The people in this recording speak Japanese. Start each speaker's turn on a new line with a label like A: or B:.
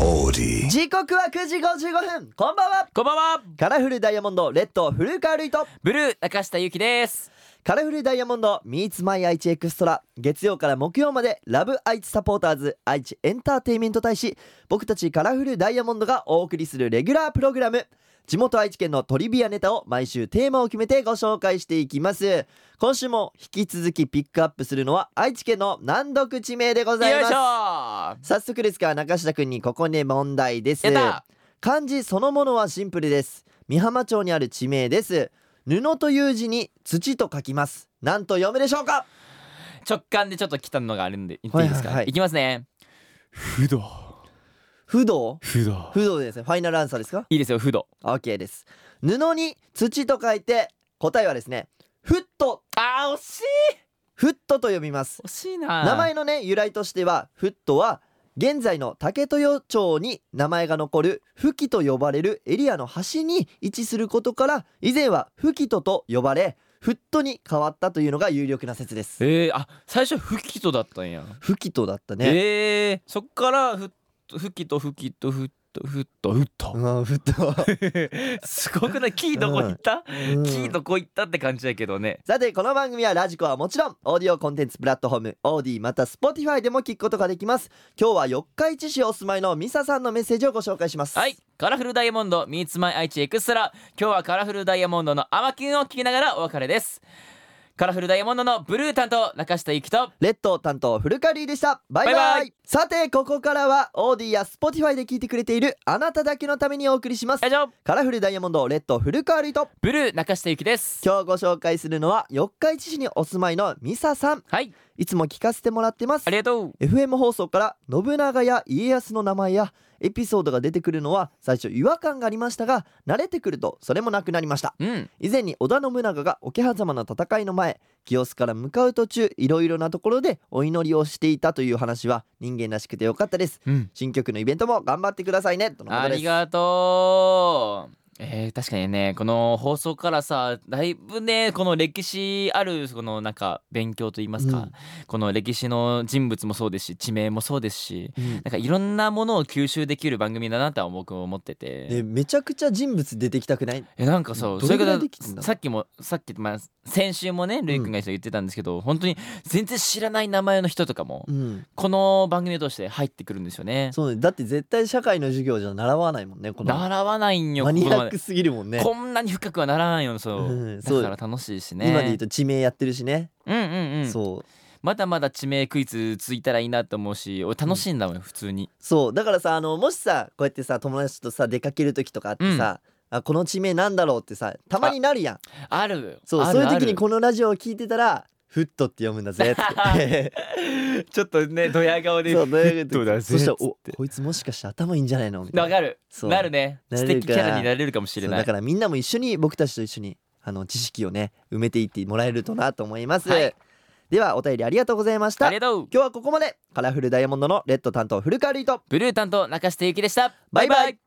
A: オーディ
B: 時刻は9時55分こんばんは
C: こんばんは
B: カラフルダイヤモンドレッド古川瑠衣と
C: ブルー中下ゆきです
B: カラフルダイヤモンド Meets My 愛知エクストラ月曜から木曜までラブ愛知サポーターズ愛知エンターテイメント大使僕たちカラフルダイヤモンドがお送りするレギュラープログラム地元愛知県のトリビアネタを毎週テーマを決めてご紹介していきます今週も引き続きピックアップするのは愛知県の難読地名でござい
C: よい
B: ま
C: し
B: す
C: ょー
B: 早速ですが中下くんにここで問題です
C: やった
B: 漢字そのものはシンプルです美浜町にある地名です布という字に土と書きますなんと読むでしょうか
C: 直感でちょっと来たのがあるんで言っていいですか、
B: はい
C: い
B: はいはい
C: きますね
D: 不動
B: 不動
D: 不動
B: 不動ですねファイナルアンサーですか
C: いいですよ不動
B: OK です布に土と書いて答えはですねフット
C: あー惜しい
B: フットと読みます
C: 惜しいな
B: 名前のね由来としてはフットは現在の竹豊町に名前が残るフキと呼ばれるエリアの端に位置することから以前はフキトと呼ばれフットに変わったというのが有力な説です
C: えー、あ最初フキトだったんや、
B: フキトだったね、
C: えー、そっからフットフキトフキトフットフットフット
B: うんフッ ト
C: すごくないキーどこ行った、
B: うん
C: キーどこ行ったって感じだけどね
B: さてこの番組はラジコはもちろんオーディオコンテンツプラットフォームオーディまた Spotify でも聞くことができます今日は四日市市お住まいのミサさんのメッセージをご紹介します
C: はいカラフルダイヤモンド Meets My 愛知エクストラ今日はカラフルダイヤモンドのアマキュンを聞きながらお別れですカラフルダイヤモンドのブルー担当中下ゆきと
B: レッド担当フルカリーでしたバイバイ
C: バイバイ
B: さてここからはオーディや Spotify で聞いてくれているあなただけのためにお送りします
C: 以上
B: カラフルダイヤモンドレッドフルカリーと
C: ブルー中下ゆきです
B: 今日ご紹介するのは四日市市にお住まいのミサさん
C: はい
B: いつも聞かせてもらってます
C: ありがとう
B: FM 放送から信長や家康の名前やエピソードが出てくるのは最初違和感がありましたが慣れてくるとそれもなくなりました
C: うん
B: 以前に織田信長が桶狭間の戦いの前清須から向かう途中いろいろなところでお祈りをしていたという話は人間らしくてよかったです
C: うん
B: 新曲のイベントも頑張ってくださいねとのこ
C: あ
B: とで
C: り
B: す
C: がとうえー、確かにねこの放送からさだいぶねこの歴史あるこのなんか勉強といいますか、
B: うん
C: この歴史の人物もそうですし地名もそうですし
B: うん
C: なんかいろんなものを吸収できる番組だなとは僕も思ってて、
B: ねめちゃくちゃ人物出てきたくない
C: えなんかさ
B: ど
C: そ
B: れ
C: れ
B: ぐら
C: が
B: いできてんだ
C: さっきもさっきまあ先週もねルイ君が言ってたんですけど、本当に全然知らない名前の人とかも、
B: うん
C: この番組を通して入ってくるんですよね。
B: そうねだって絶対社会の授業じゃ習わないもんねこの
C: 習わないんよ
B: マニ
C: こ
B: ア
C: こま
B: ッ
C: で
B: クすぎるもんね
C: こんなに深くはならないよそう、
B: うんそう
C: だから楽しいしね
B: 今で言うと地名やってるしね、
C: うんうんうん
B: そう
C: まだまだ地名クイズついたらいいなと思うし俺楽しいんだもん、普通に
B: そうだからさあのもしさこうやってさ友達とさ出かける時とかあってさ、あこの地名なんだろうってさたまになるやん
C: ある
B: そう
C: ある
B: そういう時
C: あ
B: に
C: る
B: このラジオを聞いてたら「フット」って読むんだぜって
C: ちょっとねドヤ顔 で
B: そう
C: わ
B: どういう
D: フットだぜ
B: そしたら「
D: つ
B: お
D: って
B: こいつもしかして頭いいんじゃないの?」みたいな
C: かる
B: そう
C: なるね
B: な
C: 素
B: れる
C: 敵
B: か
C: キ
B: ら
C: ャラになれるかもし
B: そ
C: れ
B: う
C: な
B: だ
C: い
B: からみんなも一緒に僕たちと一緒にあの知識をね埋めていってもらえるとなと思います、
C: はい
B: ではお便りありがとうございまし
C: あ
B: た
C: り
B: 今
C: がとう
B: 日はここまでカラフルダイヤモンドのレッド担当古川瑠衣と
C: ブルー担当中下ゆきでした
B: バイバイ
C: バイバイ